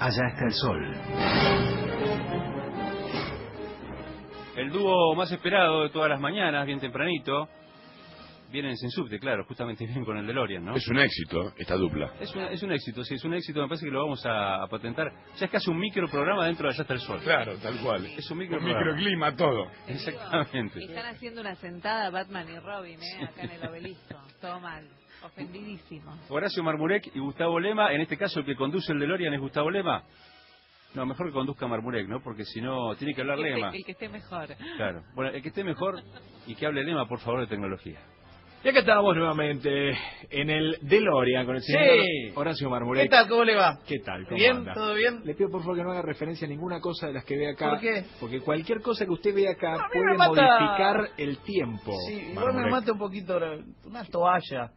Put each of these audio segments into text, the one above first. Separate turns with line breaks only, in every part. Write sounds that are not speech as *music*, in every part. Allá está el sol.
El dúo más esperado de todas las mañanas, bien tempranito. Vienen sin subte, claro, justamente *laughs* bien con el DeLorean, ¿no?
Es un éxito esta dupla.
Es un, es un éxito, sí, es un éxito. Me parece que lo vamos a, a patentar. Ya es casi un microprograma dentro de Allá está el sol.
Claro, tal cual.
Es un
Un
microprograma.
microclima todo.
Exactamente.
Están haciendo una sentada Batman y Robin, ¿eh? Acá en el obelisco. Todo mal. Ofendidísimo.
Horacio Marmurek y Gustavo Lema. En este caso, el que conduce el DeLorean es Gustavo Lema. No, mejor que conduzca Marmurek, ¿no? Porque si no, tiene que hablar
El que- *laughs*
Lema.
el que esté mejor.
Claro. Bueno, el que esté mejor y que hable Lema, por favor, de tecnología.
Y acá estamos nuevamente en el DeLorean con el
Sí.
señor Horacio Marmurek.
¿Qué tal? ¿Cómo le va?
¿Qué tal? ¿Cómo
¿Bien?
anda?
¿Todo bien?
Le pido por favor que no haga referencia a ninguna cosa de las que ve acá.
¿Por qué?
Porque cualquier cosa que usted ve acá
A mí
puede
me mata.
modificar el tiempo.
Sí, igual
Marmurek.
me mata un poquito la- una toalla.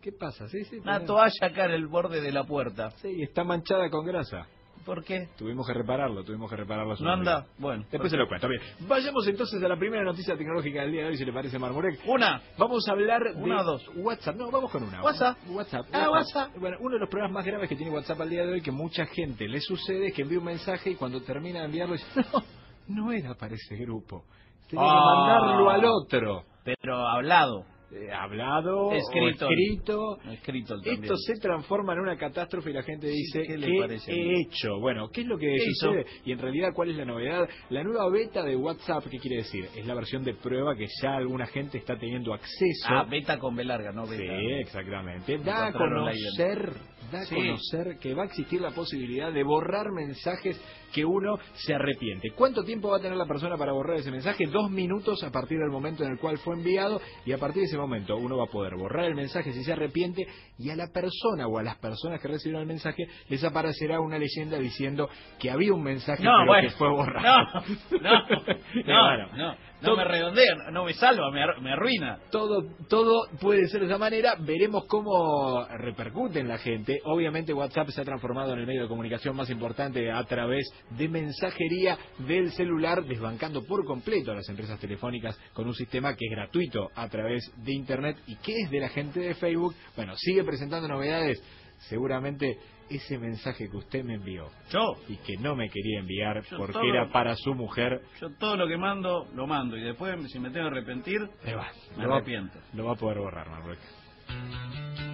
¿Qué pasa? Sí, sí.
Una
pero-
toalla acá en el borde de la puerta.
Sí, está manchada con grasa.
¿Por qué?
Tuvimos que repararlo, tuvimos que repararlo. hace
¿No
unos
anda?
días.
Bueno.
Después se lo cuento. Bien, vayamos entonces a la primera noticia tecnológica del día de hoy, si le parece, Marmurek.
Una.
Vamos a hablar de
Una o dos.
WhatsApp. No, vamos con una.
WhatsApp.
WhatsApp.
Ah, WhatsApp.
Bueno, uno de los problemas más graves que tiene WhatsApp al día de hoy, que mucha gente le sucede, es que envía un mensaje y cuando termina de enviarlo dice, no, no era para ese grupo. Tenía que
Ah.
mandarlo al otro.
Pero hablado.
Eh, hablado, o
Escrito.
escrito.
Escrito también.
Esto se transforma en una catástrofe y la gente dice,
¿qué
¿qué,
le parece,
he
amigo?
hecho? Bueno, ¿qué es lo que
¿Qué hizo?
sucede? Y en realidad, ¿cuál es la novedad? La nueva beta de WhatsApp, ¿qué quiere decir? Es la versión de prueba que ya alguna gente está teniendo acceso.
Ah, beta con B larga, no
Sí,
beta.
exactamente. Da a
Encontraron la
conocer, da a
Sí.
conocer que va a existir la posibilidad de borrar mensajes que uno se arrepiente. ¿Cuánto tiempo va a tener la persona para borrar ese mensaje? Dos minutos a partir del momento en el cual fue enviado y a partir de ese momento uno va a poder borrar el mensaje si se arrepiente y a la persona o a las personas que recibieron el mensaje les aparecerá una leyenda diciendo que había un mensaje
No,
pero
bueno.
que fue *laughs* borrado.
No, no,
Pero
no,
bueno.
no, no me redondea, no- no me salva, me, ar- me arruina.
Todo, todo puede ser de esa manera. Veremos cómo repercute en la gente. Obviamente WhatsApp se ha transformado en el medio de comunicación más importante a través de mensajería del celular, desbancando por completo a las empresas telefónicas con un sistema que es gratuito a través de Internet y que es de la gente de Facebook. Bueno, sigue presentando novedades. Seguramente ese mensaje que usted me envió
Yo,
y que no me quería enviar
Yo todo-
porque era para su mujer,
yo todo lo que mando, lo mando. Y después, si me tengo que arrepentir,
me va.
Me
Lo va-
arrepiento.
Lo va a poder borrar, Marruecos.